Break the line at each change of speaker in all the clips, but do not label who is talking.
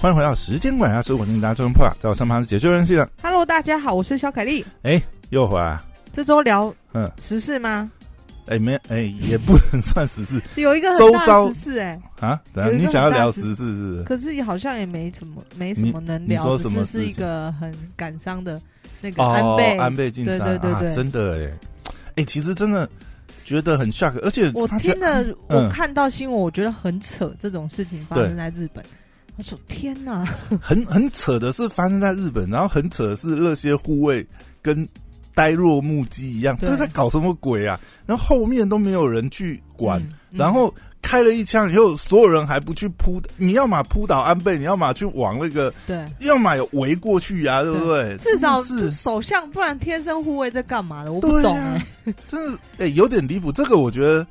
欢迎回到时间管家吃，我是你大家周文破，在我身旁是解救人系的，
Hello，大家好，我是小凯丽。
哎，又回来了，
这周聊
嗯，
时事吗？
哎，没，哎，也不能算时 事
有一个很大
周遭
的时事哎、
啊，等下
有一个
你想要
很大
聊
事
时事是不是？
可是好像也没什么，没什么能
你
聊，
说
只
什么事
是
情
是一个很感伤的那个
哦
安，倍。
安倍晋三
对对对对
啊，真的哎，哎，其实真的觉得很 shock，而且
我
他觉
听
得
了，
嗯
我看到新闻，我觉得很扯，这种事情发
对
生在日本。我说天哪，
很很扯的是发生在日本，然后很扯的是那些护卫跟呆若木鸡一样，
对
他在搞什么鬼啊？然后后面都没有人去管，
嗯嗯
然后开了一枪以后，所有人还不去扑，你要么扑倒安倍，你要么去往那个，
对，
要么有围过去呀、对不对？
至少
真
就
的是
首相，不然贴身护卫在干嘛的？我不
对啊
懂
呀、
哎、
真的哎、有点离谱。这个我觉得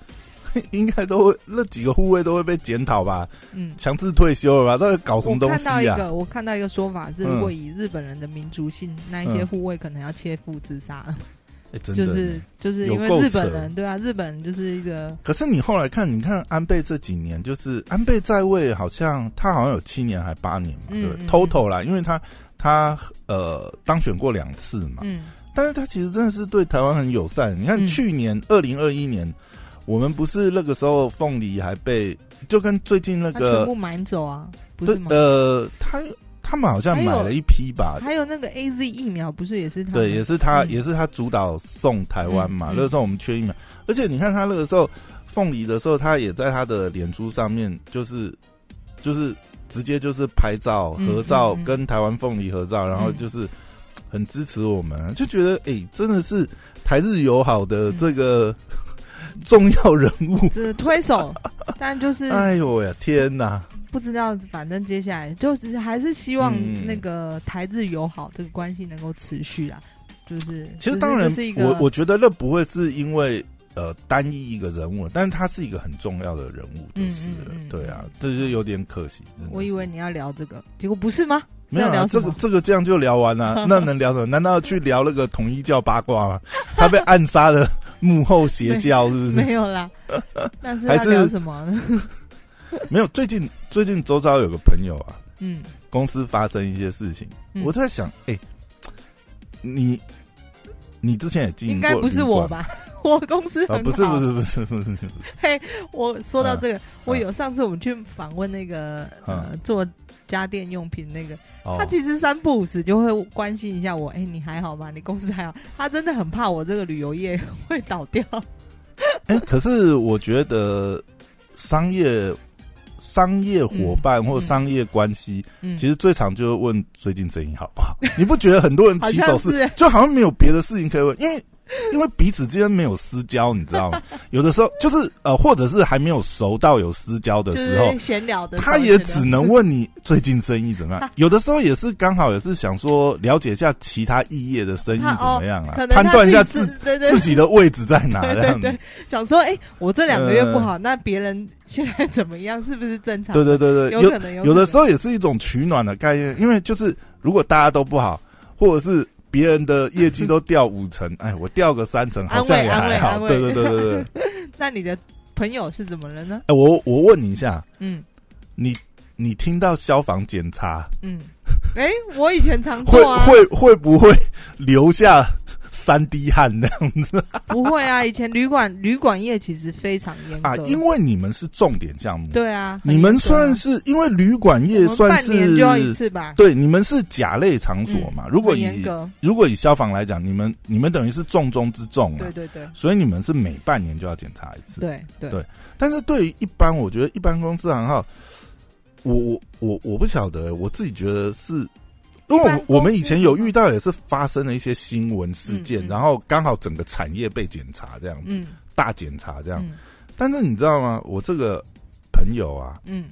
应该都会那几个护卫都会被检讨吧，
嗯，
强制退休了吧？到底搞什
我
么东
看
西啊
到一
呀、
个，我看到一个说法是，
嗯
如果以日本人的民族性，那一些护卫可能要切腹自杀了。
哎真的
就是就是
有
因为
够
日本
扯
人对啊，日本人就是一个
可是你后来看，你看安倍这几年，就是安倍在位，好像他好像有七年还八年嘛，
嗯
对不对
嗯
？total 啦，因为他他呃当选过两次嘛，
嗯
但是他其实真的是对台湾很友善。你看
嗯
去年二零二一年，我们不是那个时候凤梨还被就跟最近那
他全
个
部买走啊，不是
对
吗？
呃他他们好像买了一批吧。
还有那个 A Z 疫苗不是也是他们
对，也是他，
嗯
也是他主导送台湾嘛。
嗯嗯
那个时候我们缺疫苗，而且你看他那个时候凤梨的时候，他也在他的脸书上面，就是就是直接就是拍照
嗯
合照，
嗯嗯
跟台湾凤梨合照，然后
嗯
就是很支持我们，就觉得哎、真的是台日友好的这个 重要人物。
就是推手， 但就是
哎呦呀，天哪！
不知道，反正接下来就只是还是希望
嗯
那个台日友好这个关系能够持续啊。就是
其
只
实
是
当然
这是一，个
我我觉得那不会是因为呃单一一个人物，但是他是一个很重要的人物，就是了、
嗯嗯嗯
对啊，这就有点可惜。真的是
我以为你要聊这个，结果不是吗？
没有
是要
啊，
聊
这
什
个
么
这个这样就聊完了、 那能聊什么？难道去聊那个统一教八卦吗？他被暗杀的幕后邪教是不是？
没有 啦，但是
还
要
是
聊什么呢？
没有，最近最近周遭有个朋友啊，
嗯，
公司发生一些事情，
嗯
我在想，哎、你你之前也经营
应
过
该不是我
旅馆？
吧？ 我公司
啊，
很
不是
好
不是不是不是不是，
我说到这个，我
啊
有上次我们去访问那个、
啊
呃做家电用品那个，
哦
他其实三不五时就会关心一下我，哎、你还好吗？你公司还好？他真的很怕我这个旅游业 会倒掉。
哎、可是我觉得商业商业伙伴或商业关系，
嗯，
其
实
实最常就是问最近生意好不好。 你不觉得很多人
好
起
像
手是
是
就好像没有别的事情可以问，因为。因为彼此之间没有私交，你知道 吗？有的时候就是呃，或者是还没有熟到有私交的
就
时候
是，闲聊的时候
他
闲
也
聊，
只能问你最近生意怎么 样。有的时候也是刚好也是想说了解一下其他异业的生意
他
怎
哦
么样啊
可，能
判断一下
自
自
己对对
自己的位置在哪
对
这样
对
子。呃
对，想说哎、我这两个月不好，那别人现在 怎么样？是不是正常？
对对对对，
有
有
可能有
有的时
候
候也是一种取暖的概念，因为就是如果大家都不好，或者是别人的业绩都掉五成，哎，我掉个三成好像也还
安
好。
慰
对对
安慰
对对对。 对
那你的朋友是怎么了呢？
哎，我我问你一下，
嗯
你你听到消防检查
嗯，哎、我以前常
会
做啊。
会会不会留下三滴汗呢？
不会啊，以前旅馆旅馆业其实非常严格，
啊，因为你们是重点项目，
对啊，
你们
很严格啊
算是因为旅馆业
我们
算
半年就要一
是
次吧，
对，你们是甲类场所嘛？如果
很
以
严格，
如果以消防来讲，你们你们等于是重中之重啊
对，对对
所以你们是每半年就要检查一次。
对对
对但是对于一般，我觉得一般公司行号，我我我我不晓得，我自己觉得是，因为
一
我
般公司
我们以前有遇到也是发生了一些新闻事件，
嗯嗯
然后刚好整个产业被检查这样，
嗯
大检查这样。
嗯
但是你知道吗？我这个朋友啊，
嗯，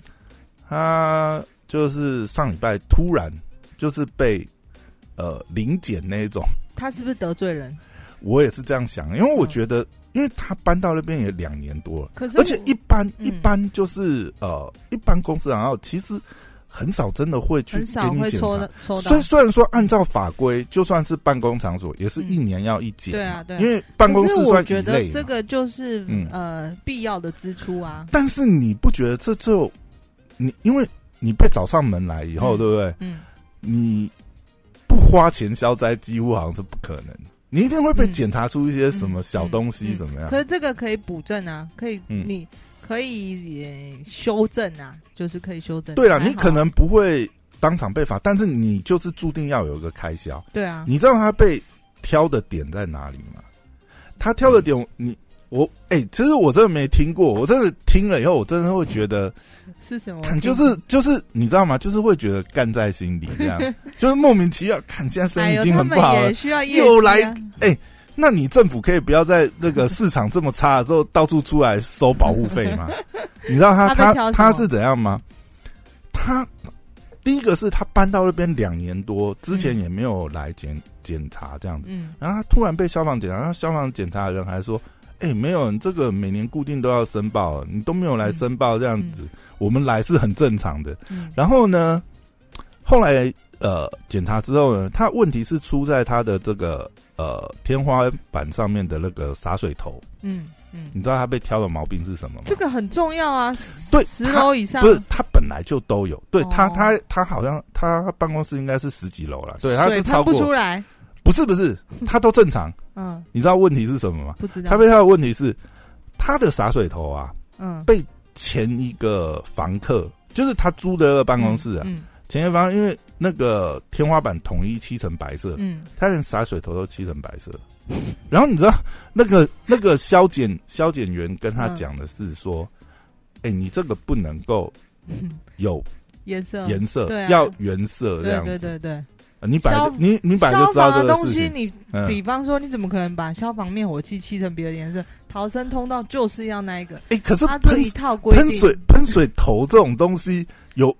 他就是上礼拜突然就是被呃临检那一种。
他是不是得罪人？
我也是这样想，因为我
嗯
觉得，因为他搬到那边也两年多了，
可是
而且一般、
嗯
一般就是呃，一般公司然后其实很少真的会去
很
给
少
你
会
检
抽
查。
抽到
虽，虽然说按照法规，就算是办公场所，也是一
嗯
年要一检
对
嘛、
啊对啊
因为办公
可
室
是我
算一
觉得
类嘛。
这个就是
嗯
呃必要的支出啊，
但是你不觉得这就你因为你被找上门来以后，
嗯
对不对？
嗯，
你不花钱消灾，几乎好像是不可能。你一定会被
嗯
检查出一些什么小东
嗯
西，
嗯
怎么样？
可是这个可以补正啊，可以，
嗯
你可以也修正啊，就是可以修正。
对了，
还好啊
你可能不会当场被罚，但是你就是注定要有一个开销。
对啊，
你知道他被挑的点在哪里吗？他挑的点，你我哎、其实我真的没听过，我真的听了以后，我真的会觉得，
是什么
看？就是就是，你知道吗？就是会觉得干在心里这样，就是莫名其妙，看现在生
哎
意
呦
已经很不好
他们
了
也，需要业绩啊
又来哎、那你政府可以不要在那个市场这么差的时候到处出来收保护费 吗？你知道他
他
他
被挑什么
他是怎样吗？他第一个是他搬到那边两年多，之前
嗯
也没有来检检查这样子，
嗯
然后他突然被消防检查，然后消防检查的人还说：“哎、没有，你这个每年固定都要申报，你都没有来申报这样子，我们来是很正常的。”
嗯
然后呢，后来呃检查之后呢，他问题是出在他的这个呃天花板上面的那个洒水头，
嗯嗯，
你知道他被挑的毛病是什么吗？
这个很重要啊，
对
十
他
楼以上
不是他本来就都有，对
哦
他他他好像他办公室应该是十几楼了，对，他
水
是
看
超
不出
过，
来，
不是不是，他都正常。
嗯，
你知道问题是什么吗？
不 知道
他被挑的问题是他的洒水头啊，
嗯
前一个房客就是他租的那个办公室啊，
嗯
前一方因为那个天花板统一漆成白色，
嗯
他连洒水头都漆成白色。然后你知道那个那个消检消检员跟他讲的是说，哎、你这个不能够
嗯，
有
颜色
颜色，
对啊
要原色这
对
样子。
对对对，
呃你本来就
消
你你本来就
消
知道
防
这
的
个
东
事
西
情，
你
嗯，
比方说，你怎么可能把消防灭火器漆成别的颜色？逃生通道就是要那一个，
哎、可是
它这
喷
一套规
喷
定，
水喷水头这种东西有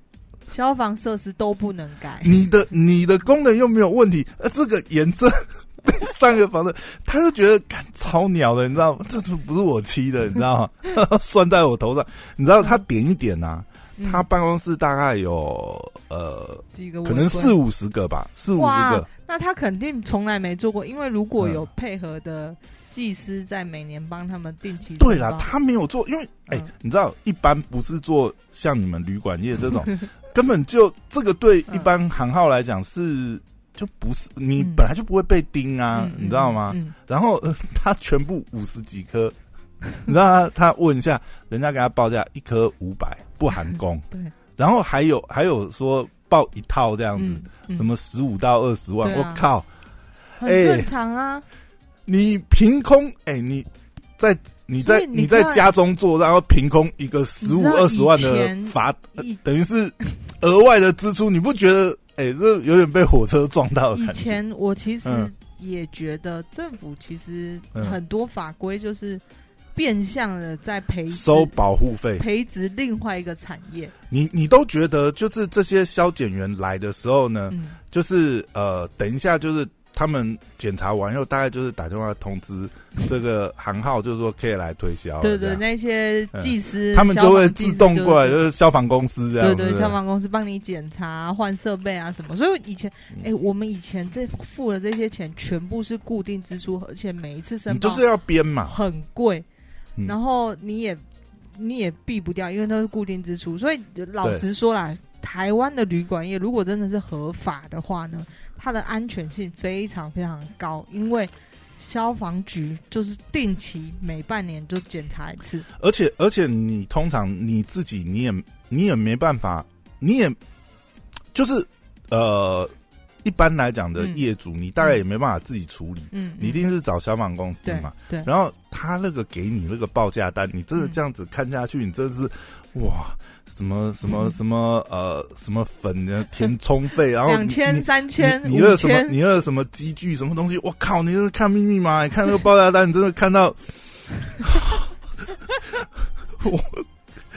消防设施都不能改。
你的你的功能又没有问题，呃，这个颜色 被上个房子，他就觉得干超鸟的，你知道吗？这不是我漆的，你知道吗？ 算在我头上，你知道他点一点啊，
嗯
他办公室大概有呃，
几个
可能
违规
四五十个吧，四五十
哇
个，，
那他肯定从来没做过，因为如果
嗯
有配合的技师在每年帮他们定期
对
申
啦，
报
他没有做，因为哎、
嗯
你知道，一般不是做像你们旅馆业这
嗯
种， 根本就这个对一般行号来讲是。就不是你
嗯
本来就不会被盯啊，
嗯
你知道吗？
嗯
然后、呃、他全部五十几颗， 你知道他他问一下，人家给他报价一颗五百不含工，
对，
然后还有还有说报一套这样子，
嗯，嗯
什么十五到二十万，
对
我、
啊
靠，
很
哎
正常啊，
你凭空哎、你在你
所
在
以你
在
看
家中做，然后凭空一个十
你
五
知道
二十万
以
的
前
罚，呃
以
等于是额外的支出，你不觉得？哎、这有点被火车撞到的
以
感觉。
前我其实
呃嗯
也觉得政府其实
嗯
很多法规就是变相的在培植
收保护费，
培植另外一个产业。
你你都觉得就是这些消检员来的时候呢，
嗯
就是呃，等一下，就是他们检查完以后，大概就是打电话通知这个行号，就是说可以来推销了。
对
这
对，
样嗯
那些技师
他们就会
消防技师
自动过来，
就
就是是消防公司这样
对
子。
对，
不
消防公司帮你检查、换设备啊什么。所以以前，
嗯
哎、我们以前这付的这些钱全部是固定支出，而且每一次申
你
报
就是要编嘛，
很贵，
嗯
然后你也你也避不掉，因为都是固定支出。所以老实说啦，台湾的旅馆业如果真的是合法的话呢，它的安全性非常非常高，因为消防局就是定期每半年就检查一次。
而且而且你通常你自己你也你也没办法，你也就是呃，一般来讲的
嗯
业主，你大概也没办法自己处理，
嗯，
你一定是找消防公司
对
嘛。
对，
然后他那个给你那个报价单，你真的这样子看下去，你真的是哇，什么什么什么呃，什么粉的填充费，然后
两千、
你
三千、
你你那
五
个什么
千，
你那个什么机具什么东西，我靠，你真是看密密麻麻，你看那个报价单，你真的看到，我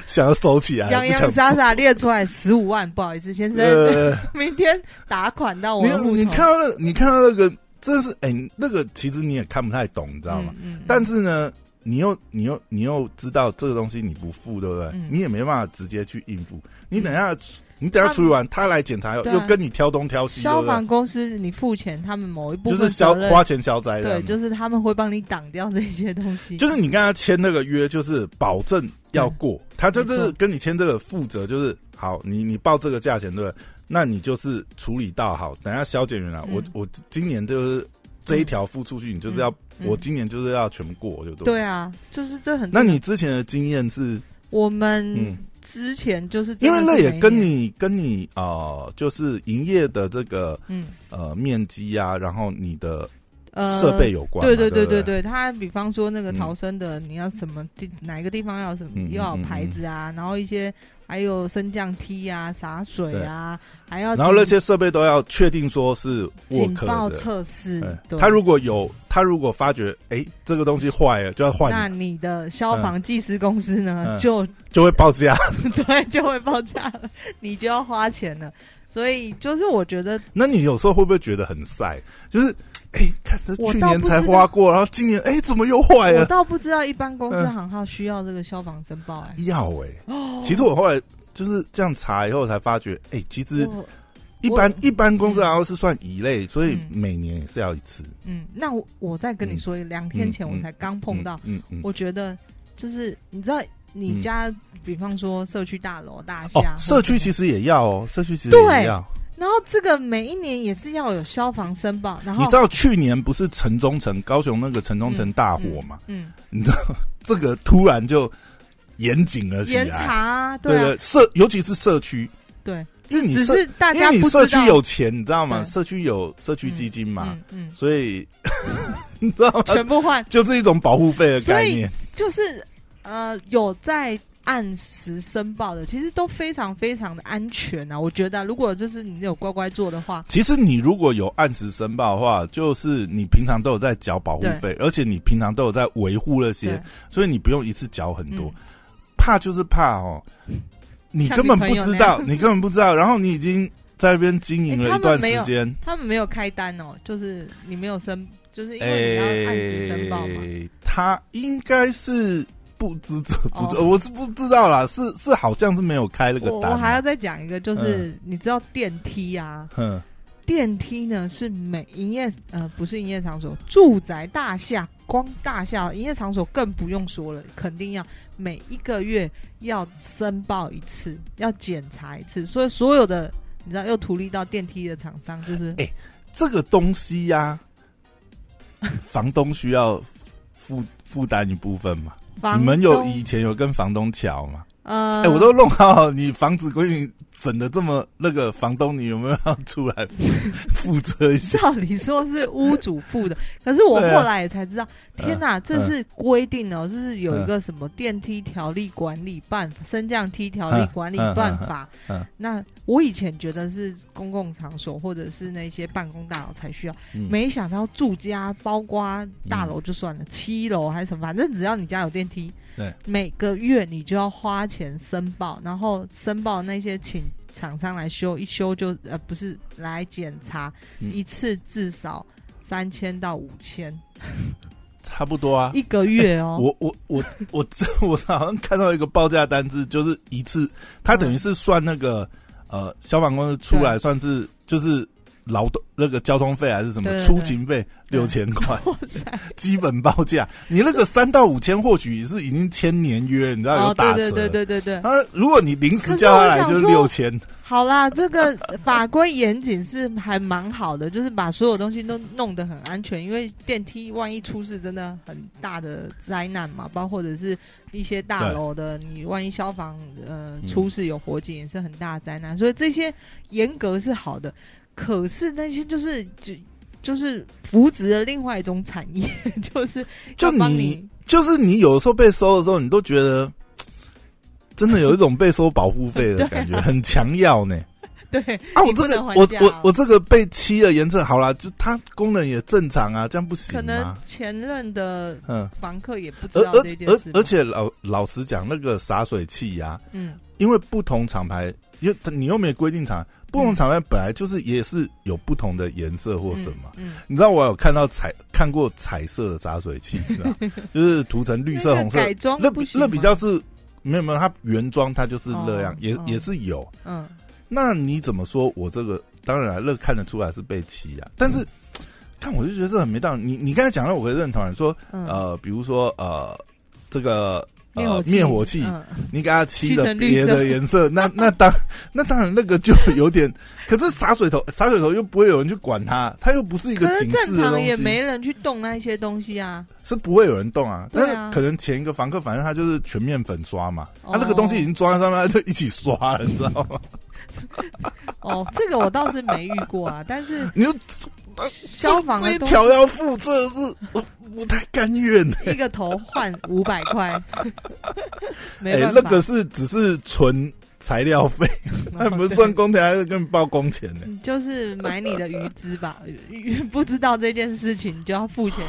想要收起来，
洋
呃不想
洋
做
洒洒列出来十五万，不好意思，先生，
呃，
明天打款到我的户头。
你你看到那你看到那个，真的是哎、那个其实你也看不太懂，你知
知
道吗？？
嗯嗯
但是呢，你又你又你又知道这个东西你不付，对不对？
嗯
你也没办法直接去应付。你
嗯
等一下，你等一下处理完，他来检查又
对啊
又跟你挑东挑西，对
消
不
防
对？
公司你付钱，他们某一部
就
分
是消
责任
花钱消灾的
对，，就是他们会帮你挡掉这些东西。嗯
就是你跟他签那个约，就是保证要过，他就
没
是
错
跟你签这个负责，就是好，你你报这个价钱对不对？那你就是处理到好，等下消检员来，啊
嗯
我我今年就是这一条付出去，你就是要、
嗯
我今年就是要全过，就对。
对。啊，就是这很。
那你之前的经验是，
我们
嗯，
之前就是真
因
的
为
是
那也
没
跟
念
你跟你呃，就是营业的这个
嗯
呃面积啊，然后你的
呃
设备有关嘛、
对
对
对
不
对
对，
对，他比方说那个
嗯
逃生的，你要什么地哪个地方要什么，
嗯嗯
又要
嗯
有牌子啊，然后一些还有升降梯啊、洒水啊，还要
然后那
警
些设备都要确定说是沃
警
克
报
的。
测试
哎，
对
他如果有，他如果发觉哎、这个东西坏了，就要换
那你的消防技师公司呢
嗯，
就
就会报价。
对就会报价了， 你就要花钱了。所以就是我觉得
那你有时候会不会觉得很晒？就是哎、看这
我
去
倒
年
不
才
知
花
道
过，然后今年哎、怎么又坏
我
了？
倒不知道一般公司
嗯
行号需要这个消防申报哎、
要哎、其实我后来就是这样查以后才发觉，哎、其实
我
一般
我
一般公司然后是算乙类，所以
嗯
每年也是要一次。
嗯，那我我再跟你说，两天前我才刚碰到，
嗯嗯嗯嗯
我觉得就是你知道你家，比方说社区大楼、大
哦
厦，，
社区
实，
其实也要哦，社区其实也
啊对
要。
然后这个每一年也是要有消防申报，然后
你知道去年不是城中城高雄那个城中城大火嘛？
嗯，
这个突然就严谨了起
严查
呃来，
啊，
对
啊，
对，社尤其是社区，
对，
因为你
只
社
是大
因
家
为你
不
社
知
区
道
有钱，你知道吗？
对
社区有社区基金嘛，呃
嗯嗯，
所以 你知道吗？
全部换，
就是一种保护费的概念。
就是呃有在。按时申报的，其实都非常非常的安全啊！我觉得啊、如果就是你有乖乖做的话，
其实你如果有按时申报的话，就是你平常都有在缴保护费，而且你平常都有在维护那些
对，，
所以你不用一次缴很多。
嗯
怕就是怕哦，你根本不知道，你根本不知道，然后你已经在那边经营
哎
了
他
一
们
段
没
时
有
间，
他们没有开单哦，就是你哎没有申，就是因为你要按时
哎
申报嘛。
诶，他应该是不知者不知，
哦
我是不知道啦，是是好像是没有开那个
我
单啊。嗯
我还要再讲一个，就是、你知道电梯啊，
哼，
电梯呢是每营业呃不是营业场所，住宅大厦光大厦营业场所更不用说了，肯定要每一个月要申报一次，要检查一次，所以所有的你知道又图利到电梯的厂商，就是、
哎这个东西呀、 房东需要负负担一部分嘛。
房
你们有
东
以前有跟房东瞧嘛？
呃，
哎、我都弄好，你房子给你整的这么那个，房东你有没有要出来负责一下？
照理说是屋主付的， 可是我
对啊嗯
后来也才知道，天哪，这是规定哦，就是有一个什么电梯条例管理办法、升降梯条例管理办法
嗯嗯嗯嗯嗯。
那我以前觉得是公共场所或者是那些办公大楼才需要，
嗯
没想到住家包括大楼就算了，七楼还是什么，反正只要你家有电梯，
对，
每个月你就要花钱申报，然后申报那些请厂商来修，一修就呃不是来检查，
嗯
一次至少三千到五千
差不多啊。
一个 月哦。
我我我我这我好像看到一个报价单子，就是一次，它等于是算那个呃消防公司出来算是就是劳动那个交通费还是什么
对对对
出勤费
对
六千块，
哇塞！
基本报价。你那个三到五千，或许是已经签年约，你知道有
哦，
打
对
折。
对对对对对，
啊，如果你临时
可是
叫他
我
来，
想
就是
说
六千。
好啦，这个 法规严谨是还蛮好的，就是把所有东西都弄得很安全，因为电梯万一出事，真的很大的灾难嘛，包括或者是一些大楼的，你万一消防呃
嗯
出事有火警也是很大的灾难，所以这些严格是好的，可是那些就是就 就是扶植了另外一种产业， 就是
就
要帮
你
你
就是你有时候被收的时候，你都觉得真的有一种被收保护费 的感觉，很强要呢。
对
啊，我
你
这
啊不
个
能还
我
价
我
哦
我这个被漆的颜色好啦，就它功能也正常啊，这样不行
可能
吗？
前任的
嗯，
房客也不知
而
道
而
这件
而
事嘛，
而且老老实讲，那个洒水器呀、
嗯。
因为不同厂牌，因为它你又没规定厂，不同厂牌本来就是也是有不同的颜色或什么。
嗯？嗯
你知道我有看到彩看过彩色的洒水器，你知道， 就是涂成绿色、
那个
红色，
改装
那
不
比
行
那比
吗
较是没有没有，它原装它就是那样，
哦
也
哦
也是有。
嗯
那你怎么说我这个？当然了，那看得出来是被欺啊。但是，
嗯
看我就啊觉得这很没道理。你你刚才讲到我可以认同，你说
嗯
呃，比如说呃，这个
灭火器
灭火器
嗯
你给它漆
漆
的
成绿
别
色
的颜色，那那当 那当然那个就有 点，可是洒水头洒水头又不会有人去管它，它又不是一个
可是
警示
正
的
常
东
也没
西，
人去动那些东西啊。
是不会有人动啊。
对啊
但是可能前一个房客反正他就是全面粉刷嘛，他、
哦嗯
那个东西已经抓在上面，他就一起刷了，你知道吗？
哦，这个我倒是没遇过啊，但是
你就呃
消防
这
的
一
东
条要付，这是我不太甘愿。
西一个头换五百块， 没
哎、
办法
那个是只是纯材料费，还不是算工钱，还是跟你报工钱呢、
嗯就是买你的鱼资吧，鱼不知道这件事情就要付钱，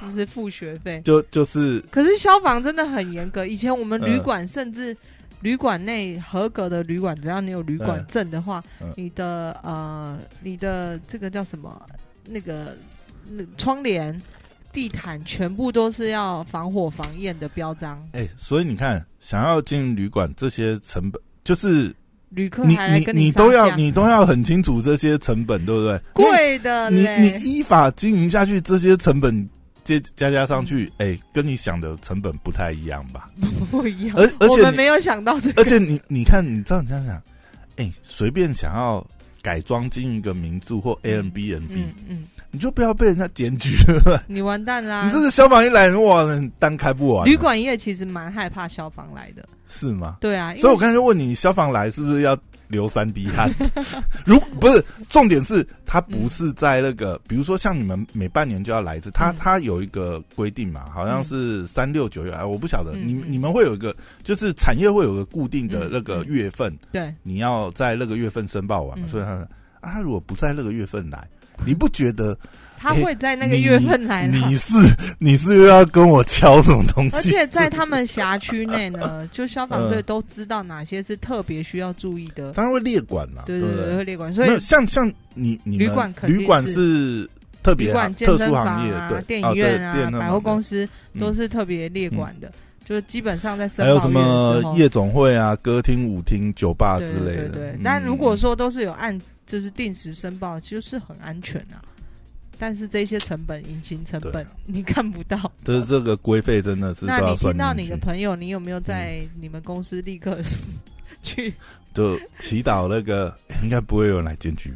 就是付学费。
就就是
可是消防真的很严格，以前我们
嗯
旅馆甚至旅馆内合格的旅馆，只要你有旅馆
嗯
证的话，
嗯
你的呃你的这个叫什么那个那窗帘、地毯全部都是要防火防焰的标章，
哎、所以你看，想要进旅馆这些成本，就是
旅客
你
还来
你
跟
你
商
都要
量
你都要很清楚这些成本，对不对？
贵的
你
嘞，
你依法经营下去，这些成本加加加上去，哎、跟你想的成本不太一样吧？
不一样。
而而
嗯我
且
们
你
没有想到这个，
而且你你看，你这样想想，哎、随便想要改装进一个民宿或 a m b n b
嗯啊嗯，
你就不要被人家检举了。
你完蛋啦！
你这个消防一来，哇，单开不完了。
旅馆业其实蛮害怕消防来的，
是吗？
对啊，因为
所以我刚才就问你，消防来是不是要流三滴汗？ 如不是，重点是它不是在那个，比如说像你们每半年就要来一次，它
嗯
它有一个规定嘛，好像是三六九月，哎，我不晓得，
嗯
你
嗯
你们会有一个，就是产业会有个固定的那个
嗯嗯
月份，
对
你要在那个月份申报完嘛，
嗯
所以他啊，他如果不在那个月份来，你不觉得
他会在那个月份来啦。
你是你是又要跟我敲什么东西？
而且在他们辖区内 呢，就消防
嗯
队都知道哪些是特别需要注意的，
当然会列管啦，
对
不
对对，会列管。所
没有
以
像像你你们
旅馆肯定
旅馆是特别啊
旅馆、健
特
身
殊
房
行业
啊、
对，
电
哦
影
对
院
电
啊、
影
百货公司
嗯
都是特别列管的，就是基本上在申
还有
报
什
月的时
么
候，
夜总会啊、歌厅、舞厅、酒吧
对
之类
对
的。
对
嗯。
但如果说都是有按就是定时申报，就是很安全啊。但是这些成本、隐形成
对啊
本你看不到，
这这个规费真的是都
那
要
你
算
听到
进
你的
去，嗯
朋友，你有没有在你们公司立刻 去？
就祈祷那个哎应该不会有人来检举。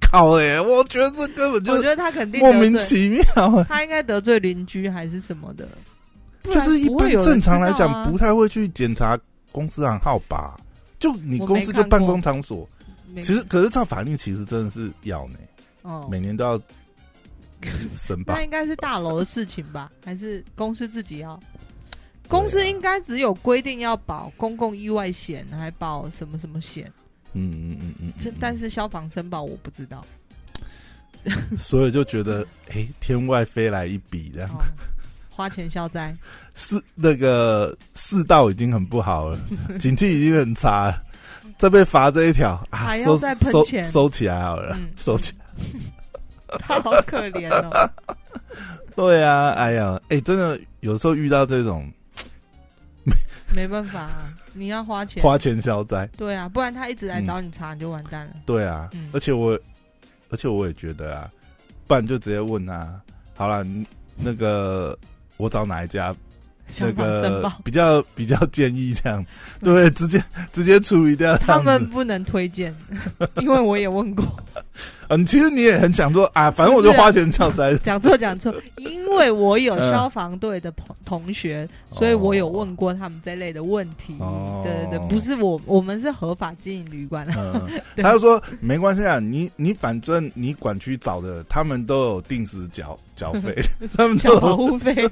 靠哎， 我觉得这根本
我
就
觉
是
得他肯定
莫名
得罪，
其妙欸。
他应该得罪邻居还是什么的。不
就
然
是一
不
般
会有人
正常来
知道
讲
啊
不太会去检查公司行号吧？就你
我
公
没
司就
看
办
过
公场所，
没
其实可是照法律其实真的是要呢。
哦，
每年都要申报
那。应该是大楼的事情吧，还是公司自己要？
啊
公司应该只有规定要保公共意外险，还保什么什么险，
嗯嗯嗯嗯
这
嗯，
但是消防申报我不知 道。
所以就觉得，哎、天外飞来一笔这样，
哦，花钱消 灾，
世那个世道已经很不好 了，景气已经很差了，再被罚这一条啊
还，要
收
再喷
收
钱
收起来好了，
嗯
收起来。
他好可怜哦。
对啊，哎呀，哎、真的有时候遇到这种
没办法、啊，你要花钱。
花嗯钱消灾，
对啊，不然他一直来找你查，你就完蛋了。
对啊，
嗯
而且我，而且我也觉得啊，不然就直接问啊，好了，你那个我找哪一家
消
那
防申
个
报，
比较 比较建议这样，对，直接直接处理掉这
嗯他
样
们
子。
不能 推荐，因为我也问过，
嗯，其实你也很想说啊，反正我就花钱消灾。
讲错讲错，因为我有消防队的朋同学，所以我有问过他们这类的问题。
哦
对对对，不是我，我们是合法经营旅馆，啊
嗯，
对
他就说没关系啊，你你反正你管区找的，他们都有定时缴缴 费，他们
交
都
保护 费。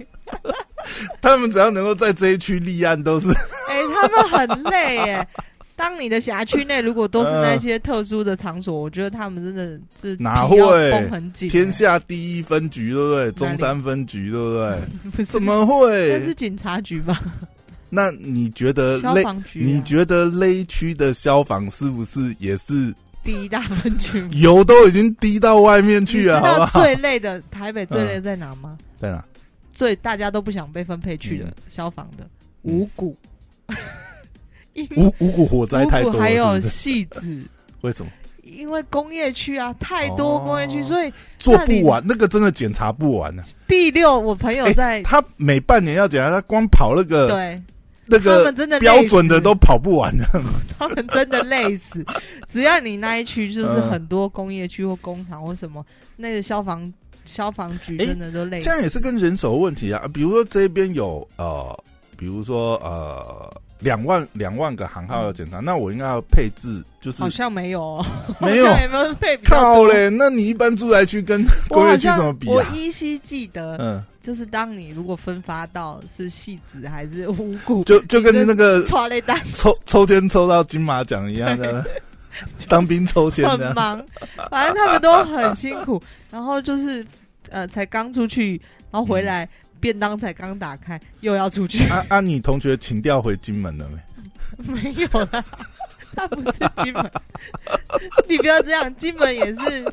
他们只要能够在这一区立案，都是
哎、他们很累耶。当你的辖区内如果都是那些特殊的场所，我觉得他们真的是
哪
皮要
会
绷很紧耶。
天下第一分局，对不对？中山分局，对不对？
不是
怎么
那是
会？
警察局吧？
那你觉得
消
勒？
防局、啊，
呃你觉得勒区的消防是不是也是
第一大 分区吗？
油都已经滴到外面去了，
你知
好
道
不好？嗯
最累的台北最累的在哪吗？
在哪？
最大家都不想被分配去的、
嗯
消防的五 谷，因为
五五谷火灾太
五
多
谷
了，
还有
是不是
戏子，
为什么？
因为工业区啊，太多工业区，
哦
所以
做不完，那个真的检查不完呢、
第六我朋友
哎
在、
他每半年要检查，他光跑那个
对。
那
他
哎个
们真的累
标准的
死
都跑不完的。啊
他们真的累 死。只要你那一区就是
嗯
很多工业区或工厂或什么，那个消防消防局
诶
真的都累
这
死。
样也是跟人手的问题啊，比如说这边有呃，比如说呃两万两万个行号要检查，那我应该要配置，就是
好像没有、嗯哦，
没有
好像也没有配比较
靠
多。
嘞，那你一般住宅区跟
我
工
好
业区怎
像
么比
我
啊？
依稀记得，
嗯，
就是当你如果分发到是戏子还是五谷，
就就跟那个
抓 了一单
抽抽签抽到金马奖一样的， 当兵抽签
很
的，
忙，反正他们都很辛苦。然后就是呃，才刚出去，然后回来、便当才刚打开，又要出去。
嗯啊啊！你同学请调回金门了没？
没有啦，他不是金门， 你不要这样，金门也是，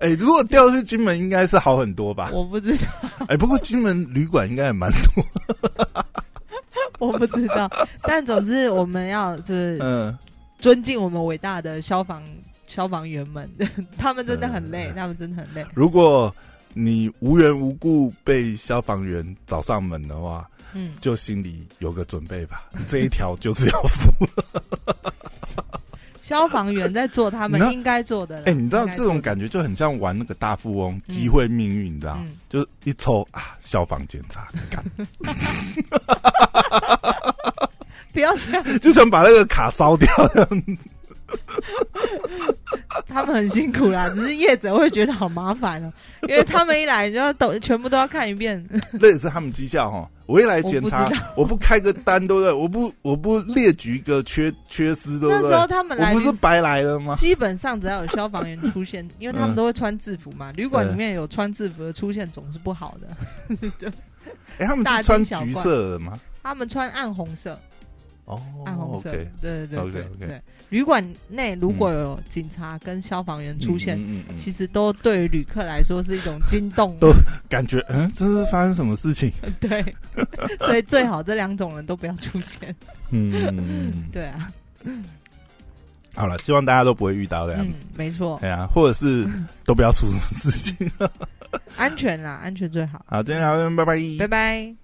哎、如果调去金门，应该是好很多吧？
我不知道，
哎、不过金门旅馆应该也蛮多，
我不知道。但总之，我们要就是
嗯，
尊敬我们伟大的消防消防员们， 他们真的很
嗯
累，他们真的很累。
如果你无缘无故被消防员找上门的话，
嗯，
就心里有个准备 吧，这一条就是要付。
消防员在做他
你知道
们应该做的啦。
哎、你知道
应该
这
做的
种感啊觉就很像玩那个大富翁
嗯
机会命运，你知道，
嗯
就是一抽啊，消防检查， 干
不要这样，
就想把那个卡烧掉。
他们很辛苦 啦，只是业者会觉得好麻烦哦，因为他们一来，然后都全部都要看一遍。
那也是他们绩效哈。我一来检查
我不知，
我不开个单，对不对？我不我不列举一个缺缺失，对
那
不
时候
对？
他们
我
来
不
临
是白来了吗？
基本上只要有消防员 出现，因为他
嗯
们都会穿制服嘛，旅馆里面有穿制服的出现总是不好的。
哎、他们
大
是穿
惊小
橘
怪
色的吗？
他们穿暗红色，
哦
暗红色，
，OK，
对对对对
OK，OK
对。旅馆内如果有警察跟消防员出现，
嗯嗯嗯嗯
其实都对于旅客来说是一种惊动。
都感觉嗯，这是发生什么事情？
对，所以最好这两种人都不要出现。
嗯嗯，嗯嗯
对啊，
好了，希望大家都不会遇到这样
嗯
子。，
没错，
哎呀，或者是都不要出什么事情。
安全啦，安全最好。
好，今天聊到这边，拜拜
拜拜。